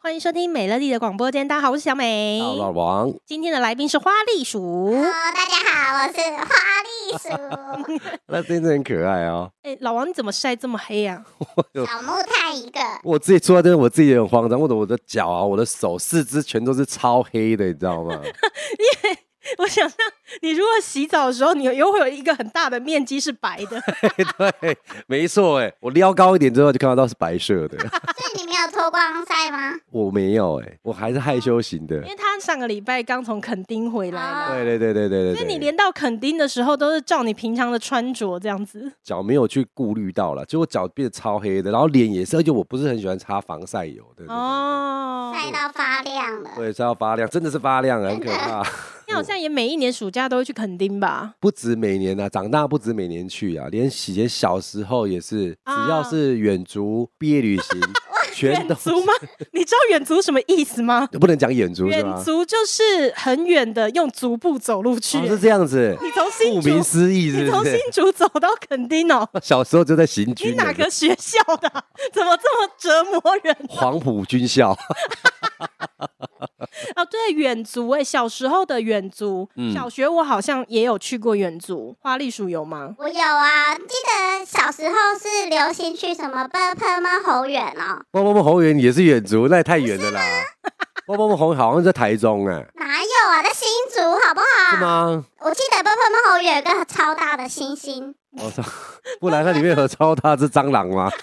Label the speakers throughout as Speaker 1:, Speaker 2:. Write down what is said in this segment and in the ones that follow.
Speaker 1: 欢迎收听美乐蒂的广播间，大家好，我是小美。
Speaker 2: 好，老王，
Speaker 1: 今天的来宾是花栗鼠。
Speaker 3: 哦，大家好，我是花栗 鼠，
Speaker 2: 那真的很可爱哦。
Speaker 1: 哎、老王，你怎么晒这么黑啊呀、
Speaker 3: 小木炭一个。
Speaker 2: 我自己坐在这边，我自己也很慌张，或者我的脚啊、我的手、四肢全都是超黑的，你知道吗？
Speaker 1: 我想象你如果洗澡的时候，你又会有一个很大的面积是白 的。
Speaker 2: 对，没错，哎，我撩高一点之后就看得到是白色的，
Speaker 3: 所以你没有脱光晒吗？
Speaker 2: 我没有，哎，我还是害羞型的
Speaker 1: 因。为他上个礼拜刚从垦丁回来嘛，
Speaker 2: 对对对对对对，
Speaker 1: 所以
Speaker 2: 对
Speaker 1: 你连到垦丁的时候都是照你平常的穿着这样子。
Speaker 2: 脚没有去顾虑到了，就我脚变得超黑的，然后脸也是，而且我不是很喜欢擦防晒油的。哦，
Speaker 1: 哦，
Speaker 3: 晒到发亮了。
Speaker 2: 对，是要发亮，真的是发亮，啊很可怕。
Speaker 1: 你好像也每一年暑假都会去垦丁 吧？
Speaker 2: 不止每年啊，长大不止每年去啊，连以前小时候也是，
Speaker 1: 啊
Speaker 2: 只要是远足、毕业 旅行，全
Speaker 1: 远
Speaker 2: 都
Speaker 1: 足吗？你知道远足什么意思吗？
Speaker 2: 不能讲远足是啊哦
Speaker 1: 远
Speaker 2: 吗？
Speaker 1: 足就是很远的，用足步走路去、
Speaker 2: 哦是这样子，
Speaker 1: 你从
Speaker 2: 顾
Speaker 1: 新竹，
Speaker 2: 名思
Speaker 1: 你
Speaker 2: 义是
Speaker 1: 从
Speaker 2: 不
Speaker 1: 新
Speaker 2: 是？
Speaker 1: 竹走到垦丁 哦、
Speaker 2: 小时候就在行
Speaker 1: 你
Speaker 2: 军啊了，
Speaker 1: 哪个学校的 啊？怎么这么折磨人
Speaker 2: 黄埔军校？
Speaker 1: 啊？对，远足哎、小时候的远足，
Speaker 2: 嗯
Speaker 1: 小学我好像也有去过远足。花栗鼠有吗？
Speaker 3: 我有啊，记得小时候是流行去什么奔喷猫猴园哦，
Speaker 2: 汪汪汪红园也是远足，那也太远了啦。汪汪汪红园好像在台中哎、
Speaker 3: 哪有啊，在新竹好不
Speaker 2: 是
Speaker 3: 好？
Speaker 2: 吗？
Speaker 3: 我记得奔喷猫猴园有个超大的星星，
Speaker 1: 啊
Speaker 2: 我哦操！不然它里面有超大只蟑螂吗？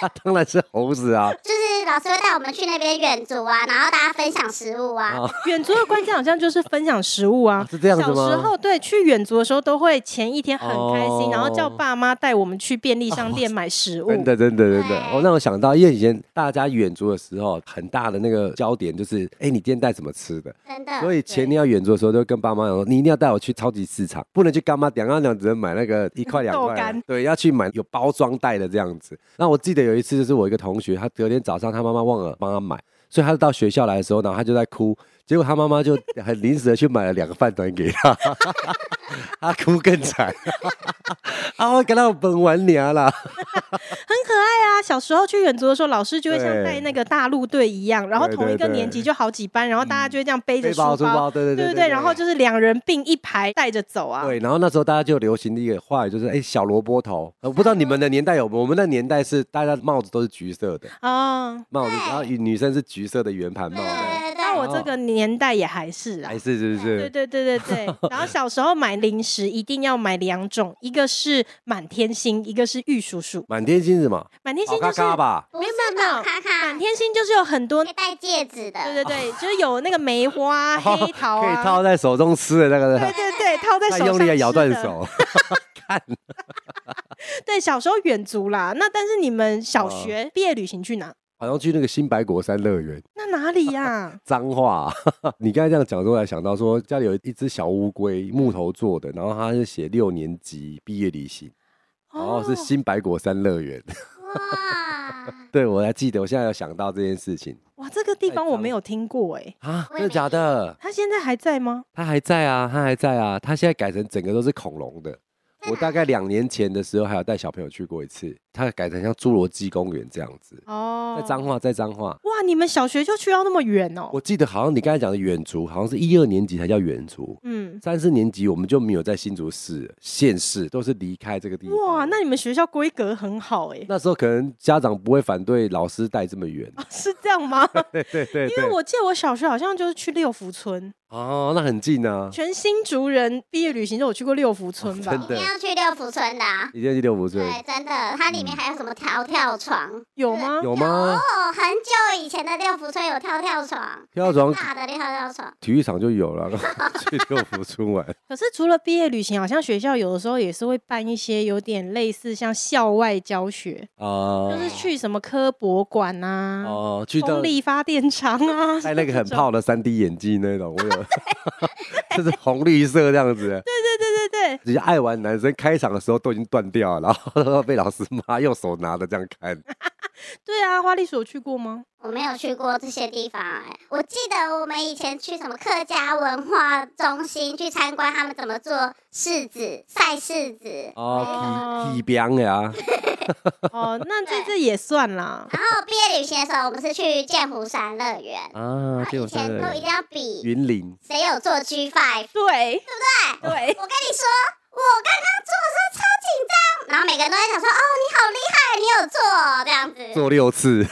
Speaker 2: 它当然是猴子 啊！
Speaker 3: 就是老师会带我们去那边远足啊，然后大家分享食物啊。
Speaker 2: 啊，
Speaker 1: 远足的关键好像就是分享食物啊
Speaker 2: 哦。是这样子
Speaker 1: 小时
Speaker 2: 吗？
Speaker 1: 候对去远足的时候都会前一天很开心，
Speaker 2: 哦
Speaker 1: 然后叫爸妈带我们去便利商店买食物。
Speaker 2: 真的，真的，真的，
Speaker 3: 对
Speaker 2: 哦，让我想到，因为以前大家远足的时候，很大的那个焦点就是，哎、你今天带什么吃的？
Speaker 3: 真
Speaker 1: 嗯
Speaker 3: 的，
Speaker 2: 所以前天要远足的时候，就跟爸妈讲说，你一定要带我去超级市场，不能去干妈店，干妈店只能买那个一块两
Speaker 1: 嗯豆
Speaker 2: 块
Speaker 1: 干
Speaker 2: 的，对，要去买有包装袋的这样子。那我记得有一次，就是我一个同学，他隔天早上他妈妈忘了帮他买，所以他到学校来的时候，然后他就在哭， 结果他妈妈就很临时的去买了两个饭团给 他，他哭更惨， 啊，我给他本完娘啦，
Speaker 1: 很可爱啊！小时候去远足的时候，老师就会像
Speaker 2: 对
Speaker 1: 带那个大陆队一样，然后
Speaker 2: 对
Speaker 1: 同一个
Speaker 2: 对对
Speaker 1: 年级就好几班，然后大家就会这样背着
Speaker 2: 背
Speaker 1: 书
Speaker 2: 包书包，对对
Speaker 1: 对
Speaker 2: 对
Speaker 1: 对对，然后就是两人并一排带着走啊。
Speaker 2: 对，然后那时候大家就流行的一个话语就是，哎、小萝卜头。呃我不知道你们的年代有没有，我们那年代是大家帽子都是橘色的
Speaker 1: 啊，
Speaker 2: 帽子，然后女生是橘色的圆盘帽
Speaker 3: 对
Speaker 2: 的，
Speaker 3: 对对
Speaker 1: 那
Speaker 3: 对，
Speaker 1: 我这个年代也还是啊
Speaker 2: 哦还。是是不
Speaker 1: 对
Speaker 2: 是？
Speaker 1: 对对对对， 然后小时候买零食一定要买两种，一个是满天星，一个是玉蜀黍。
Speaker 2: 满天星是什么？
Speaker 1: 满天星
Speaker 2: 好
Speaker 1: 就
Speaker 2: 嘎
Speaker 1: 是
Speaker 2: 嘎吧？
Speaker 3: 不是
Speaker 1: 没有没有
Speaker 3: 宝咖咖，
Speaker 1: 满天星就是有很多
Speaker 3: 可以戴戒指的，
Speaker 1: 对对对，就是有那个梅花、黑桃
Speaker 2: 哦可以
Speaker 1: 啊，
Speaker 2: 套在手中吃的那个，
Speaker 1: 对对对，套在手
Speaker 2: 太
Speaker 1: 上
Speaker 2: 用力了咬断
Speaker 1: 吃的。
Speaker 2: 手。
Speaker 1: 对，小时候远足啦，那但是你们小
Speaker 2: 哦
Speaker 1: 学毕业旅行去哪？
Speaker 2: 好像去那个新白果山乐园，？
Speaker 1: 那哪里呀
Speaker 2: 脏话、啊 你刚才这样讲之后，我才想到说家里有一只小乌龟，木头做的，然后它是写六年级毕业旅行，然后
Speaker 1: 哦
Speaker 2: 哦是新白果山乐园。
Speaker 3: 哇，
Speaker 2: 对，我还记得，我现在有想到这件事情
Speaker 1: 哇，这个地方
Speaker 2: 太
Speaker 1: 我
Speaker 2: 脏
Speaker 1: 没有听过哎，
Speaker 2: 啊，
Speaker 3: 我
Speaker 2: 真的
Speaker 3: 也没
Speaker 2: 假的？
Speaker 1: 他现在还在吗？
Speaker 2: 他还在啊，他还在啊，他现在改成整个都是恐龙的。我大概两年前的时候，还有带小朋友去过一次，他改成像侏罗纪公园这样子，
Speaker 1: 哦
Speaker 2: 在，彰化，在彰化。
Speaker 1: 哇，你们小学就去到那么远哦？
Speaker 2: 我记得好像你刚才讲的远足，好像是一二年级才叫远足，
Speaker 1: 嗯，
Speaker 2: 三四年级我们就没有在新竹市了县市，都是离开这个地方。
Speaker 1: 哇，那你们学校规格很好哎，
Speaker 2: 那时候可能家长不会反对老师带这么远，
Speaker 1: 啊 是这样吗？
Speaker 2: 对对对
Speaker 1: 因为我记得我小学好像就是去六福村，
Speaker 2: 哦，那很近啊，
Speaker 1: 全新竹人毕业旅行就有去过六福村吧？
Speaker 2: 哦真
Speaker 3: 一定
Speaker 2: 的，
Speaker 3: 要去六福村的啊、
Speaker 2: 一定要去六福村，
Speaker 3: 对，真的，它里面还有什么跳跳床？
Speaker 1: 有吗？
Speaker 2: 有吗？
Speaker 3: 哦，很久以前的六福村有跳跳床，
Speaker 2: 跳床
Speaker 3: 大的跳跳床。
Speaker 2: 体育场就有了， 去六福村玩。
Speaker 1: 可是除了毕业旅行，好像学校有的时候也是会办一些有点类似像校外教学，
Speaker 2: 啊
Speaker 1: 就是去什么科博馆啊、
Speaker 2: 哦，去到
Speaker 1: 风力发电厂 啊，
Speaker 2: 戴那个很
Speaker 1: 这种。
Speaker 2: 泡的三 D 眼镜那种，我有， 就是红绿色这样子。
Speaker 1: 对对对，
Speaker 2: 人家爱玩男生开场的时候都已经断掉了，然后被老师骂，用手拿着这样看，
Speaker 1: 对啊，花栗鼠有去过 吗？
Speaker 3: 我没有去过这些地方哎、我记得我们以前去什么客家文化中心去参观他们怎么做柿子晒柿子，
Speaker 2: 哦，
Speaker 1: 哦
Speaker 2: 体体彪呀，
Speaker 1: 哦，那这这也算啦。
Speaker 3: 然后毕业旅行的时候我们是去剑湖山乐园，
Speaker 4: 啊，
Speaker 3: 然后
Speaker 4: 这
Speaker 3: 以
Speaker 4: 我真
Speaker 3: 前都
Speaker 4: 的
Speaker 3: 一定要比
Speaker 2: 云林
Speaker 3: 谁有做 G five，
Speaker 1: 对，对不对？对，
Speaker 3: 我跟你说，我刚刚做的时候超紧张，然后每个人都在想说，哦，你好厉害，你有做哦这样子，
Speaker 2: 做六次，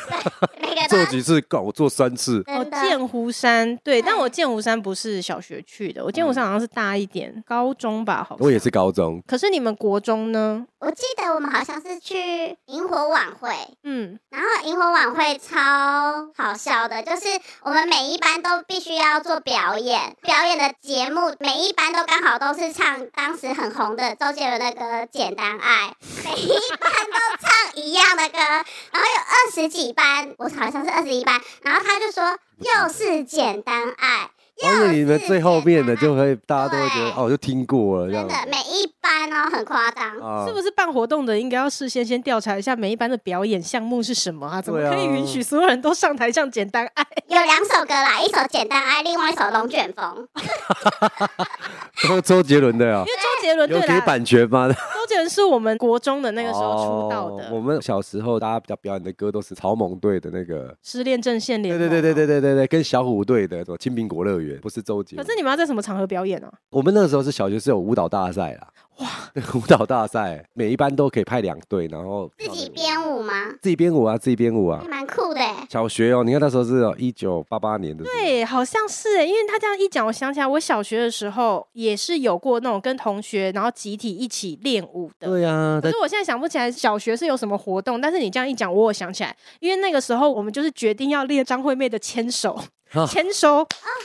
Speaker 3: 每个人都
Speaker 2: 做几次够，我做三次。
Speaker 1: 哦，
Speaker 3: 真的
Speaker 1: 剑湖山，对，但
Speaker 3: 对
Speaker 1: 我剑湖山不是小学去的，我剑湖山好像是大一点，高中吧，好像。
Speaker 2: 我也是。高中，
Speaker 1: 可是你们国中呢？
Speaker 3: 我记得我们好像是去萤火晚会，
Speaker 1: 嗯，
Speaker 3: 然后萤火晚会超好笑的，就是我们每一班都必须要做表演，表演的节目每一班都刚好都是唱当时很红的周杰伦的歌《简单爱》，每一班都唱一样的歌，然后有二十几班，我好像是二十一班，然后他就说又是《简单爱》，
Speaker 2: 而且你们最后面的就会大家都会觉得
Speaker 3: 对
Speaker 2: 哦，就听过了这样
Speaker 3: 真的每一班哦很夸张，
Speaker 2: 啊
Speaker 1: 是不是办活动的应该要事先先调查一下每一班的表演项目是什么啊？怎么
Speaker 2: 对啊
Speaker 1: 可以允许所有人都上台唱《简单爱》？
Speaker 3: 有两首歌啦，一首《简单爱》，另外一首《龙卷风》。
Speaker 2: 都周杰伦的啊，
Speaker 1: 因为周杰伦
Speaker 2: 有
Speaker 1: 对
Speaker 2: 给
Speaker 1: 啦，
Speaker 2: 版权吗？
Speaker 1: 周杰伦是我们国中的那个时候出道的，
Speaker 2: 哦我们小时候大家比较表演的歌都是草蜢队的那个，
Speaker 1: 失恋阵线联盟
Speaker 2: 对对
Speaker 1: 啊
Speaker 2: 对对对对对对，跟小虎队的什么《青苹果乐园》，不是周杰
Speaker 1: 可
Speaker 2: 伦。
Speaker 1: 是你们要在什么场合表演啊？
Speaker 2: 我们那个时候是小学是有舞蹈大赛啦， 哇，舞蹈大赛每一班都可以派两队，然后
Speaker 3: 自己编舞吗？
Speaker 2: 自己编舞啊，自己编舞啊
Speaker 1: 嗯
Speaker 3: 还。蛮酷的欸
Speaker 2: 小学哦，你看那时候是一九八八年的时候，
Speaker 1: 对，好像是欸诶，因为他这样一讲，我想起来，我小学的时候也是有过那种跟同学然后集体一起练舞的。
Speaker 2: 对啊，
Speaker 1: 可
Speaker 2: 在
Speaker 1: 是我现在想不起来小学是有什么活动，但是你这样一讲，我有想起来，因为那个时候我们就是决定要练张惠妹的牵手，
Speaker 2: 啊
Speaker 1: 牵手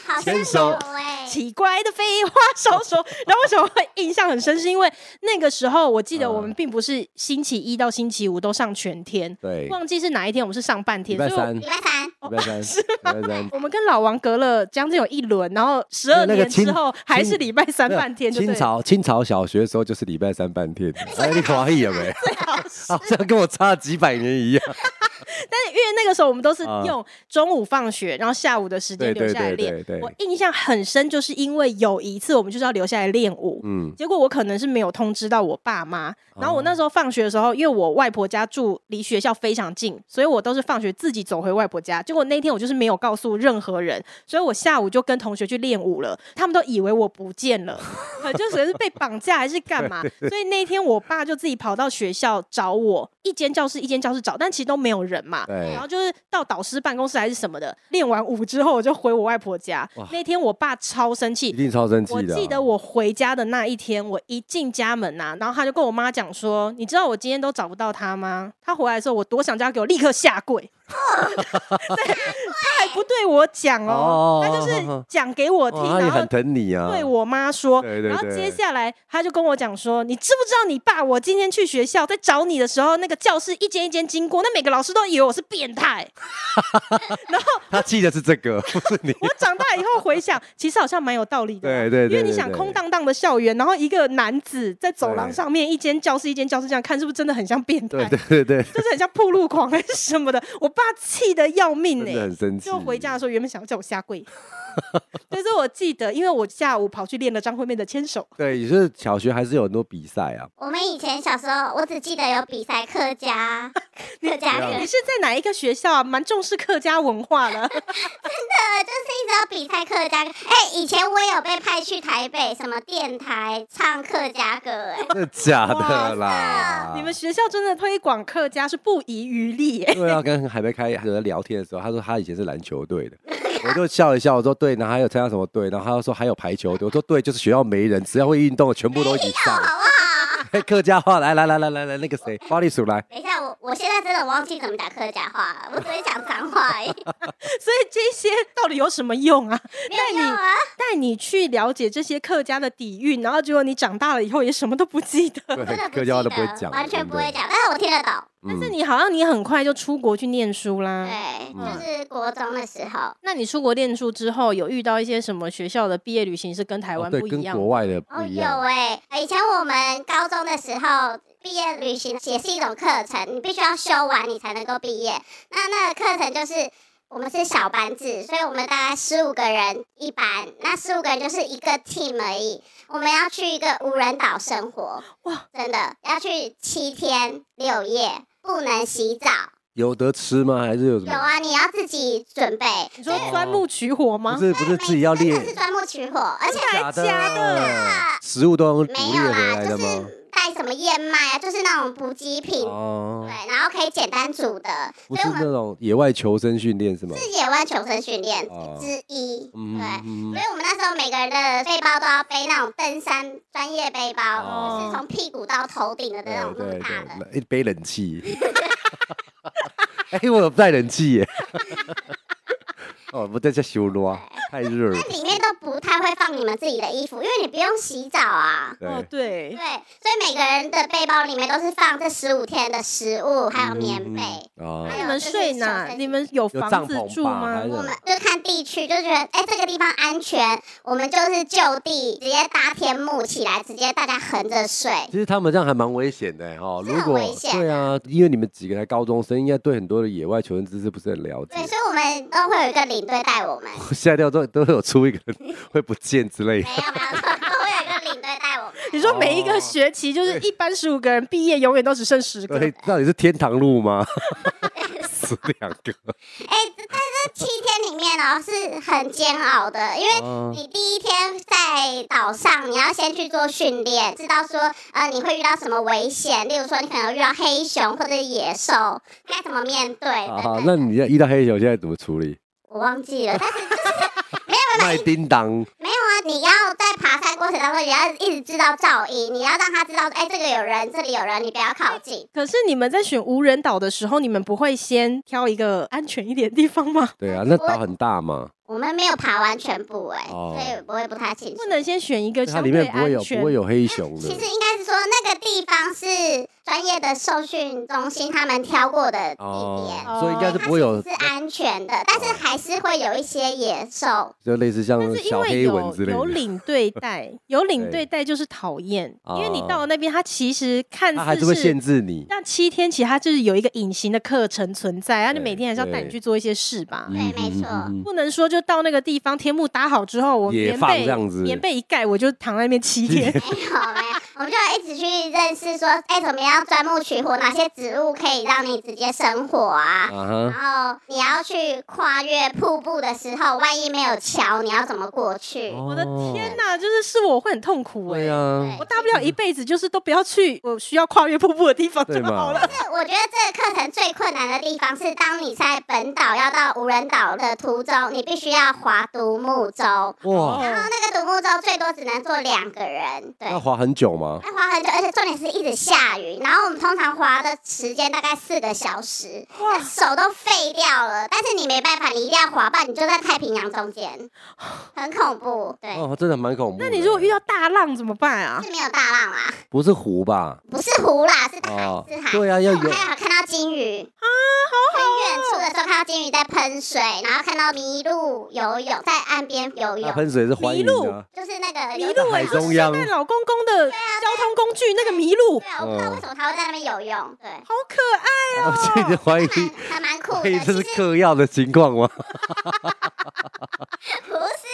Speaker 3: 好像
Speaker 2: 牵手
Speaker 3: 有哎、欸，
Speaker 1: 奇怪的飞花手手。然后为什么会印象很深？是因为那个时候我记得
Speaker 2: 啊
Speaker 1: 我们并不是星期一到星期五都上全天，
Speaker 2: 对
Speaker 1: 忘记是哪一天，我们是上半
Speaker 2: 礼
Speaker 1: 天，
Speaker 2: 拜
Speaker 1: 所以我
Speaker 2: 三，礼
Speaker 3: 礼拜三
Speaker 2: 拜 三，礼拜三。
Speaker 1: 我们跟老王隔了将近有一轮，然后十二
Speaker 2: 那个
Speaker 1: 年
Speaker 2: 清
Speaker 1: 之后还是
Speaker 2: 清
Speaker 1: 礼拜三半天就对
Speaker 2: 清
Speaker 1: 了，
Speaker 2: 朝清朝小学的时候就是礼拜三半 天，哎，你华裔了没？ 好像跟我差几百年一 样。
Speaker 1: 但是因为那个时候我们都是
Speaker 2: 啊
Speaker 1: 用中午放学，然后下午的时间
Speaker 2: 对
Speaker 1: 留
Speaker 2: 对
Speaker 1: 下来
Speaker 2: 对
Speaker 1: 练。
Speaker 2: 对对
Speaker 1: 我，印象很深，就是因为有一次我们就是要留下来练舞。
Speaker 2: 嗯，
Speaker 1: 结果我可能是没有通知到我爸妈，然后我
Speaker 2: 哦
Speaker 1: 那时候放学的时候，因为我外婆家住离学校非常近，所以我都是放学自己走回外婆家。结果那天我就是没有告诉任何人，所以我下午就跟同学去练舞了，他们都以为我不见了，可能就可能是被绑架还是干 嘛。所以那天我爸就自己跑到学校找我，一间教室一间教室找，但其实都没有人嘛。
Speaker 2: 对
Speaker 1: 然后就是到导师办公室还是什么的，练完舞之后我就回我外婆家
Speaker 2: 哇。
Speaker 1: 那天我爸超生气
Speaker 2: 一，定超生气
Speaker 1: 我
Speaker 2: 的啊。
Speaker 1: 记得我回家的那一天，我一进家门呐、然后他就跟我妈讲说：“你知道我今天都找不到他吗？他回来的时候，我多想叫他给我立刻下跪。” 对，他还不对我讲哦，
Speaker 2: 哦
Speaker 1: 他就是讲给我听，
Speaker 2: 哇他也
Speaker 1: 然后
Speaker 2: 很疼你啊。
Speaker 1: 对我妈说，
Speaker 2: 对对
Speaker 1: 然后
Speaker 2: 对
Speaker 1: 接下来他就跟我讲说：“你知不知道你爸？我今天去学校在找你的时候，那个教室一间一间经过，那每个老师都以为我是变态。
Speaker 2: 他记得是这个，不是你。
Speaker 1: 我长大以后回想，其实好像蛮有道理的啦。
Speaker 2: 对对对，
Speaker 1: 因为你
Speaker 2: 对
Speaker 1: 想空。
Speaker 2: 对
Speaker 1: 荡荡的校园，然后一个男子在走廊
Speaker 2: 对
Speaker 1: 上面一间教室一间教室这样看，是不是真的很像变态？
Speaker 2: 对对对对，
Speaker 1: 就是很像铺路狂还是什么的。我爸气得要命呢、
Speaker 2: 真的很生气。
Speaker 1: 就回家的时候，原本想要叫我下 跪，但是我记得，因为我下午跑去练了张惠妹的牵手，
Speaker 2: 对，也是小学还是有很多比赛啊，
Speaker 3: 我们以前小时候，我只记得有比赛客 家客家歌，
Speaker 2: 对啊
Speaker 1: 你是在哪一个学校啊？蛮重视客家文化的，
Speaker 3: 呃，就是一直要比赛客家歌。哎、以前我也有被派去台北什么电台唱客家歌、 哎，
Speaker 2: 真的假
Speaker 1: 哇
Speaker 2: 的啦？
Speaker 1: 你们学校真的推广客家是不遗余力耶、
Speaker 2: 对啊，跟海贝开有在聊天的时候，他说他以前是篮球队的，我就笑一笑，我说对，然后还有参加什么队，然后他就说还有排球队，我说对，就是学校没人，只要会运动的全部都一起上。
Speaker 3: 哎啊
Speaker 2: 嘿客家话，来来来来来来，那个谁，花栗鼠 来，
Speaker 3: 等一下，我我现在真的忘记怎么讲客家话了，我只会讲脏话而已，
Speaker 1: 所以这些到底有什么用啊？
Speaker 3: 没有用啊。
Speaker 1: 带你去了解这些客家的底蕴，然后结果你长大了以后也什么都不记得。
Speaker 3: 真的
Speaker 2: 对，
Speaker 3: 不
Speaker 2: 客家话
Speaker 3: 记
Speaker 2: 都不会
Speaker 3: 得
Speaker 2: 讲，
Speaker 3: 完全
Speaker 2: 对嗯哦
Speaker 3: 不
Speaker 2: 对
Speaker 3: 会。讲，但是我听得懂。
Speaker 1: 但是你好像你很快就出国去念书啦。
Speaker 3: 对，
Speaker 2: 嗯
Speaker 3: 就是国中的时候。
Speaker 1: 那你出国念书之后，有遇到一些什么学校的毕业旅行是跟台
Speaker 2: 哦
Speaker 1: 湾
Speaker 2: 对，
Speaker 1: 不
Speaker 2: 跟
Speaker 1: 一样
Speaker 2: 国
Speaker 1: 的？
Speaker 2: 外的不
Speaker 3: 哦，
Speaker 2: 一
Speaker 3: 有
Speaker 2: 样。
Speaker 3: 哎、以前我们高中的时候，毕业旅行也是一种课程，你必须要修完你才能够毕业。那那个课程就是我们是小班制，所以我们大概十五个人一班，那十五个人就是一个 team 而已。我们要去一个无人岛生活，
Speaker 1: 哇，
Speaker 3: 真的要去七天六夜，不能洗澡。
Speaker 2: 有得吃吗？还是有什
Speaker 3: 有
Speaker 2: 么？
Speaker 3: 啊，你要自己准备。
Speaker 1: 你说钻木取火吗
Speaker 2: 不？是不是自己要
Speaker 3: 真
Speaker 2: 猎
Speaker 3: 的是钻木取火，而且
Speaker 2: 假
Speaker 1: 假
Speaker 2: 食物都要用捕
Speaker 3: 没
Speaker 2: 猎
Speaker 3: 有
Speaker 2: 回
Speaker 3: 啦，
Speaker 2: 来
Speaker 3: 就
Speaker 2: 的吗？
Speaker 3: 是带什么燕麦啊，就是那种补给品，
Speaker 2: 哦，
Speaker 3: 对，然后可以简单煮的，
Speaker 2: 不
Speaker 3: 所
Speaker 2: 是
Speaker 3: 以我们
Speaker 2: 那种野外求生训练是吗？
Speaker 3: 是野外求生训练
Speaker 2: 哦
Speaker 3: 之一，
Speaker 2: 嗯
Speaker 3: 对。
Speaker 2: 嗯
Speaker 3: 所以我们那时候每个人的背包都要背那种登山专业背包，
Speaker 2: 哦
Speaker 3: 就是从屁股到头顶的
Speaker 2: 对
Speaker 3: 那种那
Speaker 2: 对
Speaker 3: 么大的。
Speaker 2: 对，一杯冷气。 哎、我有带冷气耶。 哦，不在这修罗，太热了
Speaker 3: 那。里面都不太会放你们自己的衣服，因为你不用洗澡啊。
Speaker 1: 哦对
Speaker 2: 对，，
Speaker 3: 对，，所以每个人的背包里面都是放这十五天的食物，还
Speaker 2: 嗯
Speaker 3: 有棉被。
Speaker 2: 啊
Speaker 1: 那你们睡哪？你们有
Speaker 2: 有帐
Speaker 1: 房子
Speaker 2: 篷
Speaker 1: 住
Speaker 2: 吧
Speaker 1: 吗
Speaker 2: 还？是
Speaker 3: 我们就看地区，就觉得哎、这个地方安全，我们就是就地直接搭天幕起来，直接大家横着睡。
Speaker 2: 其实他们这样还蛮危险的哦。
Speaker 3: 是
Speaker 2: 如
Speaker 3: 很
Speaker 2: 果
Speaker 3: 危险
Speaker 2: 对啊，因为你们几个才高中生，应该对很多的野外求生知识不是很了解
Speaker 3: 对，。所以我们都会有一个领队带我 们，
Speaker 2: 吓掉都都有出一个人会不见之类的
Speaker 3: 没。有没有，都都会有一个领队带我们。
Speaker 1: 你说每一个学期就是一班十五个人毕业，永远都只剩十个。
Speaker 2: 对，到底是天堂路 吗？ 死两个。
Speaker 3: 哎、但是七天里面哦是很煎熬的，因为。
Speaker 2: 啊
Speaker 3: 你第一天在岛上，你要先去做训练，知道说，呃，你会遇到什么危险，例如说你可能遇到黑熊或者野兽，该怎么面对等
Speaker 2: 好好，
Speaker 3: 等
Speaker 2: 那你要遇到黑熊现在怎么处理？
Speaker 3: 我忘记了，但是
Speaker 2: 卖叮当，
Speaker 3: 没有啊，你要在爬山过程当中，也要一直制造噪音，你要让他知道，哎、这个有人，这里有人，你不要靠近。
Speaker 1: 可是你们在选无人岛的时候，你们不会先挑一个安全一点的地方吗？
Speaker 2: 对啊，那岛很大嘛，
Speaker 3: 我们没有爬完全部、哎、
Speaker 2: 哦
Speaker 3: 所以我也不太清楚
Speaker 1: 不。能先选一个
Speaker 2: 它
Speaker 1: 相
Speaker 2: 里
Speaker 1: 对
Speaker 2: 面不会
Speaker 1: 安
Speaker 2: 有
Speaker 1: 全
Speaker 2: 不会有黑熊
Speaker 3: 其
Speaker 2: 的
Speaker 3: 实。应该是说，那个地方是专业的受训中心他们挑过的地点，
Speaker 1: 哦
Speaker 2: 所以应该是不会有
Speaker 3: 是，安全的，但是还是会有一些野兽。
Speaker 2: 就类似像
Speaker 1: 但是因
Speaker 2: 小
Speaker 1: 为
Speaker 2: 黑
Speaker 1: 有
Speaker 2: 蚊之类
Speaker 1: 有
Speaker 2: 的。
Speaker 1: 领队 带，有领队
Speaker 2: 对
Speaker 1: 带就是讨厌，
Speaker 2: 哦
Speaker 1: 因为你到了那边，他其实看
Speaker 2: 它还是
Speaker 1: 似
Speaker 2: 会
Speaker 1: 是
Speaker 2: 限制你。
Speaker 1: 那七天，其实他就是有一个隐形的课程存在，他就每天还是要带你
Speaker 2: 对
Speaker 1: 去做一些事吧。
Speaker 3: 对没
Speaker 2: 嗯嗯
Speaker 3: 错
Speaker 2: 嗯嗯
Speaker 1: 不能说就到那个地方，天幕搭好之后，我
Speaker 2: 野
Speaker 1: 棉
Speaker 2: 放
Speaker 1: 被
Speaker 2: 这样子
Speaker 1: 棉被一盖，我就躺在那边七天。
Speaker 3: 没有没有，我们就一直去认识说，哎、怎么样钻木取火，哪些植物可以让你直接生火啊？
Speaker 2: 啊哈，
Speaker 3: 然后你要去跨越瀑布的时候，万一没有桥，你要怎么过去？
Speaker 1: 我
Speaker 2: 我
Speaker 1: 的天！哪，就是是我会很痛苦哎、
Speaker 2: 哦对啊
Speaker 3: 对，
Speaker 1: 我大不了一辈子就是都不要去我需要跨越瀑布的地方
Speaker 2: 对
Speaker 1: 就好
Speaker 2: 嘛
Speaker 1: 了。？
Speaker 3: 这我觉得这个课程最困难的地方是，当你在本岛要到无人岛的途中，你必须要划独木舟，然
Speaker 2: 哇，
Speaker 3: 后那个独木舟最多只能坐两个人，对。
Speaker 2: 要滑很久吗？
Speaker 3: 要划很久，而且重点是一直下雨，然后我们通常划的时间大概四个小时，
Speaker 1: 哇
Speaker 3: 那手都废掉了。但是你没办法，你一定要划半，你就在太平洋 中间，很恐怖。对，
Speaker 2: 哦，真的蛮恐怖的。
Speaker 1: 那你如果遇到大浪怎么办啊？
Speaker 3: 是没有大浪啦，
Speaker 2: 不是 湖吧？
Speaker 3: 不是湖啦，是大海，
Speaker 2: 哦
Speaker 3: 是海。
Speaker 2: 对啊要
Speaker 3: 我
Speaker 2: 有
Speaker 3: 还有看到金鱼啊，
Speaker 2: 哦
Speaker 3: 好好、很远处的时候看到金鱼在喷水，然后看到麋鹿游泳在岸边游泳，
Speaker 2: 那啊喷水是欢迎
Speaker 1: 麋
Speaker 2: 的
Speaker 1: 鹿
Speaker 2: 啊。
Speaker 3: 就是那个
Speaker 1: 麋鹿哎、
Speaker 2: 海
Speaker 1: 欸，就是
Speaker 2: 中
Speaker 1: 圣
Speaker 2: 央啊
Speaker 1: 诞老公公的交通工具那个麋鹿，
Speaker 3: 对啊，我不知道为什么它会在那边游泳，对，
Speaker 1: 好可爱。哦
Speaker 2: 我现在怀疑，
Speaker 1: 啊
Speaker 3: 蛮还蛮酷
Speaker 2: 怀
Speaker 3: 的。
Speaker 2: 疑
Speaker 3: 其
Speaker 2: 这
Speaker 3: 实
Speaker 2: 是嗑药的情况吗？
Speaker 3: 不是，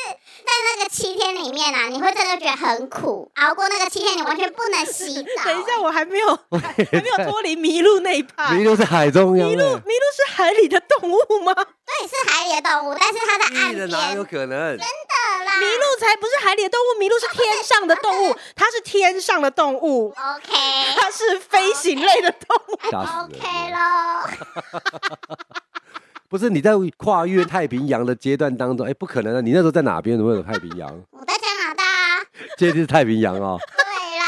Speaker 3: 在那个七天里面啊，你会真的觉得很苦，熬过那个七天，你完全不能洗 澡、
Speaker 1: 等一下，我还没有还还没有脱离麋鹿那一趴。
Speaker 2: 麋鹿在海中央
Speaker 1: 麋鹿，麋
Speaker 2: 欸，
Speaker 1: 鹿是海里的动物吗？
Speaker 2: 啊
Speaker 3: 对，是海里的动物，但是它在岸
Speaker 2: 麋
Speaker 3: 边
Speaker 2: 的
Speaker 3: 的
Speaker 2: 哪有可能？
Speaker 3: 啦。
Speaker 1: 麋鹿才不是海里的动物，麋鹿是天上的
Speaker 2: 啊
Speaker 1: 动物，它是天上的动物，
Speaker 3: OK
Speaker 1: 它是飞行类的动物。
Speaker 2: 吓死
Speaker 3: OK
Speaker 2: 人！
Speaker 3: 喽，
Speaker 2: 不是你在跨越太平洋的阶段当中，哎，不可能啊！你那时候在哪边？怎么会有太平 洋？
Speaker 3: 我在加拿大啊，
Speaker 2: 这就是太平洋哦。
Speaker 3: 对啦，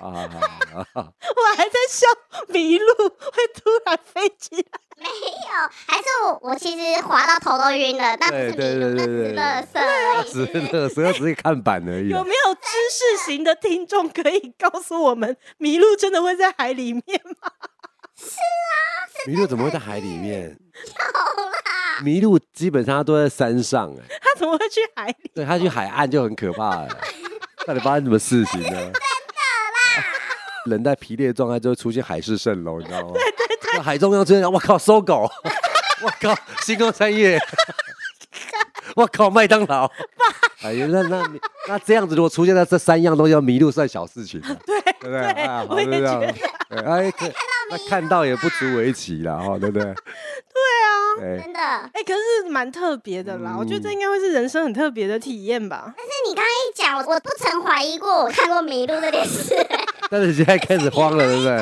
Speaker 2: 好好好好
Speaker 1: 我还在笑麋鹿会突然飞起来。
Speaker 3: 没有，哎还是我我其实滑到头都晕了，那不是
Speaker 2: 对
Speaker 3: 麋鹿，那
Speaker 2: 对对对
Speaker 3: 只是
Speaker 2: 对
Speaker 3: 垃圾而已。
Speaker 2: 只是那时候只是看板而已啊
Speaker 1: 有。没有知识型的听众可以告诉我们，麋鹿真的会在海里面吗？
Speaker 2: 麋鹿怎么会在海里面？
Speaker 3: 有啦，
Speaker 2: 麋鹿基本上它都在山上哎、
Speaker 1: 它怎么会去海里？
Speaker 2: 对， 它去海岸就很可怕了。到底发生什么事情呢？人在疲累的状态就会出现海市蜃楼，你知道吗？对对对，海中央出现，我靠，搜狗，我靠，星光三叶，我靠，麦当 劳。哎呀，那那你那这样子，如果出现在这三样东西，要迷路算小事情了， 对不对？
Speaker 1: 对
Speaker 2: 哎
Speaker 1: 我也
Speaker 2: 好就这
Speaker 1: 觉
Speaker 2: 样
Speaker 1: 得
Speaker 2: 对哎，可那看到也不足为奇了哈，对不对？对啊，
Speaker 3: 欸真的。
Speaker 1: 哎、可是蛮特别的啦，我觉得
Speaker 2: 嗯
Speaker 1: 这应该会是人生很特别的体验吧。
Speaker 3: 但是你刚刚一讲，我不曾怀疑过我看过迷路这件事，
Speaker 2: 但是现在开始慌了，对不对？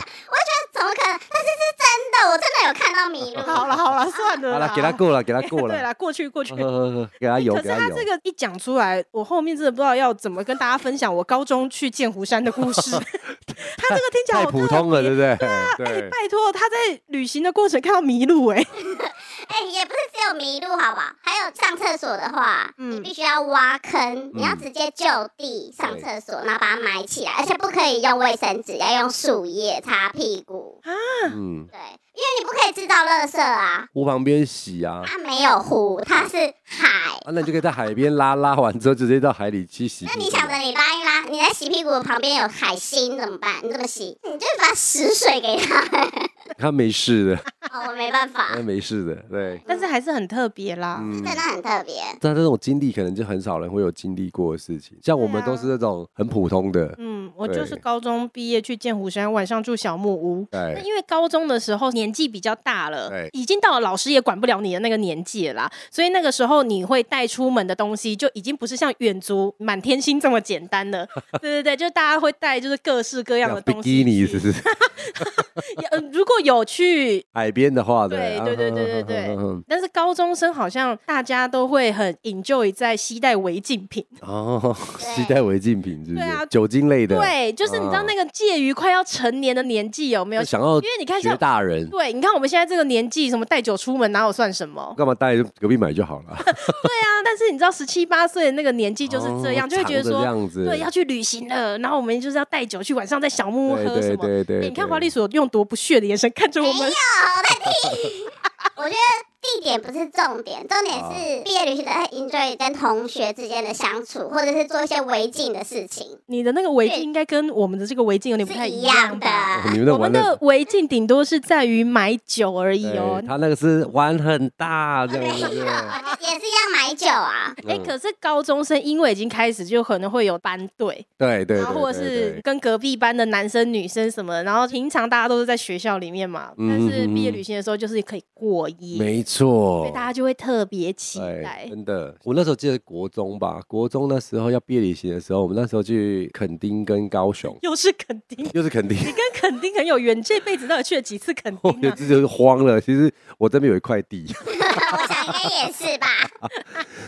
Speaker 3: 怎么可能？但是是真的，我真的有看到 迷路。
Speaker 1: 好了好了，算了
Speaker 2: 好
Speaker 1: 啦，
Speaker 2: 了，给他过了，给他过
Speaker 1: 对
Speaker 2: 了，
Speaker 1: 啦，过去过去
Speaker 2: 呵。呵呵，给他油，
Speaker 1: 哎可
Speaker 2: 给
Speaker 1: 是他
Speaker 2: 油
Speaker 1: 这。个一讲出来，我后面真的不知道要怎么跟大家分享我高中去剑湖山的故事。 他这个听起来
Speaker 2: 太
Speaker 1: 好
Speaker 2: 普
Speaker 1: 特
Speaker 2: 通了，
Speaker 1: 别
Speaker 2: 对不对？
Speaker 1: 哎、
Speaker 2: 对，嗯
Speaker 1: 拜托，他在旅行的过程看到迷路、哎，
Speaker 3: 哎、也不是只有迷路，好不好？还有上厕所的话，
Speaker 1: 嗯
Speaker 3: 你必须要挖坑，你要直接就地上厕所，然后把它埋起来，而且不可以用卫生纸，要用树叶擦屁股。
Speaker 2: 嗯，
Speaker 3: 对，因为你不可以制造垃圾啊，
Speaker 2: 湖旁边洗啊，
Speaker 3: 它没有湖，它是海。
Speaker 2: 啊，那你就可以在海边拉拉完之后，直接到海里去洗。
Speaker 3: 那你想着你拉一拉，你在洗屁股旁边有海星怎么办？你怎么洗？你就把屎水给它。
Speaker 2: 他没事的，
Speaker 3: 哦，我没办法，
Speaker 2: 他没事的， 对。
Speaker 1: 但是还是很特别啦。
Speaker 2: 嗯
Speaker 3: 真的很特别。
Speaker 2: 但这种经历可能就很少人会有经历过的事情，像我
Speaker 1: 对
Speaker 2: 们
Speaker 1: 啊
Speaker 2: 都是那种很普通的，
Speaker 1: 嗯，我就是
Speaker 2: 对
Speaker 1: 高中毕业去剑湖山，晚上住小木屋。那
Speaker 2: 对，
Speaker 1: 因为高中的时候年纪比较大了
Speaker 2: 对，
Speaker 1: 已经到了老师也管不了你的那个年纪了啦，所以那个时候你会带出门的东西就已经不是像远足满天星这么简单 了。对对对，就是大家会带就是各式各样的
Speaker 2: 比
Speaker 1: 东西
Speaker 2: 基
Speaker 1: 去。
Speaker 2: 尼是不是？
Speaker 1: 也 呃如果有去
Speaker 2: 海边的话，
Speaker 1: 对
Speaker 2: 啊
Speaker 1: 对对对对
Speaker 2: 哼哼哼哼
Speaker 1: 但是高中生好像大家都会很 enjoy 在携带违禁品，
Speaker 2: 哦，
Speaker 3: 对
Speaker 2: 携带违禁品是不
Speaker 1: 对啊
Speaker 2: 是？酒精类的，，
Speaker 1: 对，就是你知
Speaker 2: 啊
Speaker 1: 道那个介于快要成年的年纪有没有？
Speaker 2: 想要
Speaker 1: 因为你看
Speaker 2: 学
Speaker 1: 像
Speaker 2: 大人，
Speaker 1: 对，你看我们现在这个年纪，什么带酒出门哪有算什么？
Speaker 2: 干嘛带隔壁买就好了？
Speaker 1: 对啊，但是你知道十七八岁的那个年纪就是这样，
Speaker 2: 哦
Speaker 1: 就会觉得
Speaker 2: 藏着这
Speaker 1: 说。
Speaker 2: 样子，
Speaker 1: 对，要去旅行了，然后我们就是要带酒去晚上在小木屋
Speaker 2: 对
Speaker 1: 喝什
Speaker 2: 对
Speaker 1: 么？
Speaker 2: 对
Speaker 1: 哎
Speaker 2: 对，
Speaker 1: 你看
Speaker 2: 对哦
Speaker 1: 华丽所用多不屑的眼神看着我们，
Speaker 3: 我觉得地点不是重点，重点
Speaker 2: 啊
Speaker 3: 是毕业旅行的 enjoy 跟同学之间的相处，或者是做一些违禁的事情，
Speaker 1: 你的那个围
Speaker 3: 对
Speaker 1: 巾应该跟我们的这个围巾有点不太
Speaker 3: 是
Speaker 1: 一
Speaker 3: 一
Speaker 1: 样
Speaker 3: 样
Speaker 1: 吧
Speaker 3: 的。？
Speaker 2: 哦你们那
Speaker 1: 我们
Speaker 2: 玩的
Speaker 1: 的违禁顶多是在于买酒而已哦
Speaker 2: 对。他那个是玩很大 这样子，对不对
Speaker 3: 也是要买酒啊。
Speaker 1: 哎、
Speaker 2: 嗯
Speaker 1: 可是高中生因为已经开始就可能会有班队，
Speaker 2: 对对，
Speaker 1: 然后或者
Speaker 2: 对
Speaker 1: 是
Speaker 2: 对
Speaker 1: 跟隔壁班的男生女生什么的，然后平常大家都是在学校里面嘛，但
Speaker 2: 嗯
Speaker 1: 是毕业旅行的时候就是可以过夜，
Speaker 2: 没错
Speaker 1: 所以，大家就会特别期
Speaker 2: 哦哎
Speaker 1: 待。
Speaker 2: 真的，我那时候记得国中吧，国中那时候要毕业旅行的时候，我们那时候去垦丁跟高雄，
Speaker 1: 又是垦丁，
Speaker 2: 又是垦丁，
Speaker 1: 你跟垦丁很有缘，你这辈子到底去了几次垦
Speaker 2: 我
Speaker 1: 丁
Speaker 2: 觉得
Speaker 1: 啊？
Speaker 2: 这就是慌了。其实我这边有一块地，
Speaker 3: 我想应该也 是吧。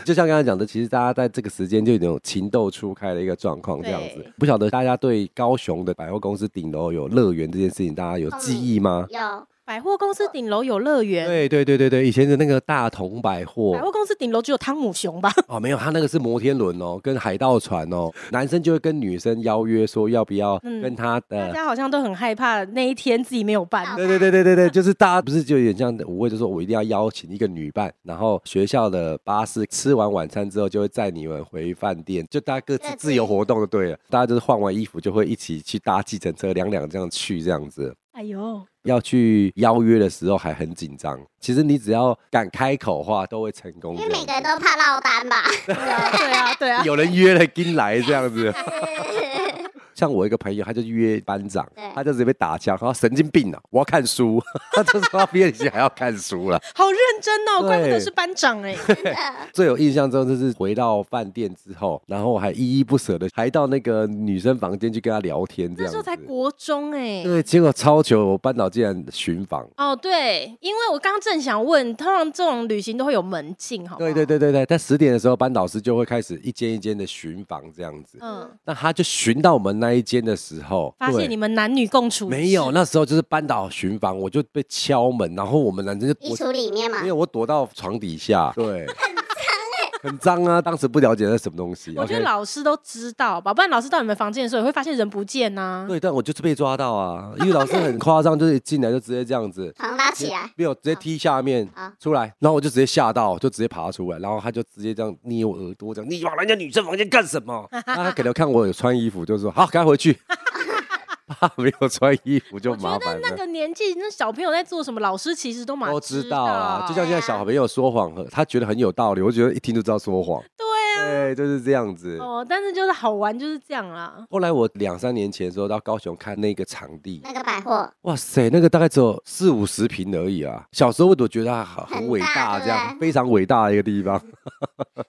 Speaker 2: 就像刚才讲的，其实大家在这个时间就有一种情窦初开的一个状况，这样子
Speaker 1: 对。
Speaker 2: 不晓得大家对高雄的百货公司顶楼有乐园这件事情，大家有记忆吗？
Speaker 3: 有，
Speaker 1: 百货公司顶楼有乐园，
Speaker 2: 对对对对对，以前的那个大同百货
Speaker 1: 百货公司顶楼只有汤姆熊吧？
Speaker 2: 哦，没有，他那个是摩天轮哦，跟海盗船哦，男生就会跟女生邀约说要不要
Speaker 1: 嗯
Speaker 2: 跟他的
Speaker 1: 大家好像都很害怕那一天自己没有 办。
Speaker 2: 哎对对对对对对，就是大家不是就有点像我会就说我一定要邀请一个女伴，然后学校的巴士吃完晚餐之后就会载你们回饭店，就大家各自自由活动就对了，大家就是换完衣服就会一起去搭计程车，两两这样去这样子。
Speaker 1: 哎呦，
Speaker 2: 要去邀约的时候还很紧张，其实你只要敢开口话都会成功
Speaker 3: 因
Speaker 2: 这
Speaker 3: 为
Speaker 2: 样子。
Speaker 3: 每个人都怕落单吧。
Speaker 1: 对啊，对啊，对啊。
Speaker 2: 有人约了进来这 样子。像我一个朋友，他就约班长
Speaker 3: 对，
Speaker 2: 他就直接被打枪，他说神经病啊，我要看书， 他就说他毕业旅行还要看书啊 了。
Speaker 1: 好认真哦，
Speaker 2: 对
Speaker 1: 怪不得是班长哎、
Speaker 2: 最有印象中就是回到饭店之后，然后我还依依不舍的，还到那个女生房间去跟她聊天，
Speaker 1: 那
Speaker 2: 这样
Speaker 1: 时候才
Speaker 2: 子。
Speaker 1: 国中哎、
Speaker 2: 对，结果超糗，我班长竟然巡房。
Speaker 1: 哦，对，因为我刚刚正想问，通常这种旅行都会有门禁，好不好
Speaker 2: 对对，对对对，在十点的时候，班导师就会开始一间一间的巡房这样子。
Speaker 1: 嗯，
Speaker 2: 那他就巡到我们那一间的时候，
Speaker 1: 发现
Speaker 2: 对
Speaker 1: 你们男女共处
Speaker 2: 没有，
Speaker 1: 是
Speaker 2: 那时候就是班导巡房，我就被敲门，然后我们男生就
Speaker 3: 衣
Speaker 2: 我
Speaker 3: 橱里面嘛
Speaker 2: 没，有，我躲到床底下，对，很脏啊，当时不了解那是什么东西，
Speaker 1: 我觉得
Speaker 2: OK
Speaker 1: 老师都知道吧，不然老师到你们房间的时候也会发现人不见啊呐、
Speaker 2: 对，但我就是被抓到啊，因为老师很夸张，就是一进来就直接这样子，
Speaker 3: 床拉
Speaker 2: 直
Speaker 3: 起来，
Speaker 2: 没有直接踢下面
Speaker 3: 啊
Speaker 2: 出来，然后我就直接吓到，就直接爬出来，然后他就直接这样捏我耳朵，这 样你往人家女生房间干什么？他可能看我有穿衣服，就说好，赶快回去。怕没有穿衣服就
Speaker 1: 我觉
Speaker 2: 麻
Speaker 1: 得
Speaker 2: 烦
Speaker 1: 那
Speaker 2: 了。
Speaker 1: 个年纪，那小朋友在做什么，老师其实都蛮
Speaker 2: 都知道啊，就像现在
Speaker 3: 对
Speaker 2: 小
Speaker 3: 啊
Speaker 2: 朋友说谎，他觉得很有道理，我觉得一听就知道说谎。
Speaker 1: 对啊，
Speaker 2: 对，就是这样子。
Speaker 1: 哦，但是就是好玩就是这样啦。
Speaker 2: 后来我两三年前的时候到高雄看那个场地，
Speaker 3: 那个百货
Speaker 2: 哇塞，那个大概只有四五十平而已啊。小时候我都觉得它很
Speaker 3: 很
Speaker 2: 很伟大，
Speaker 3: 大
Speaker 2: 这
Speaker 3: 对不
Speaker 1: 啊
Speaker 2: 样
Speaker 3: 对
Speaker 2: 非常伟大的一个地方。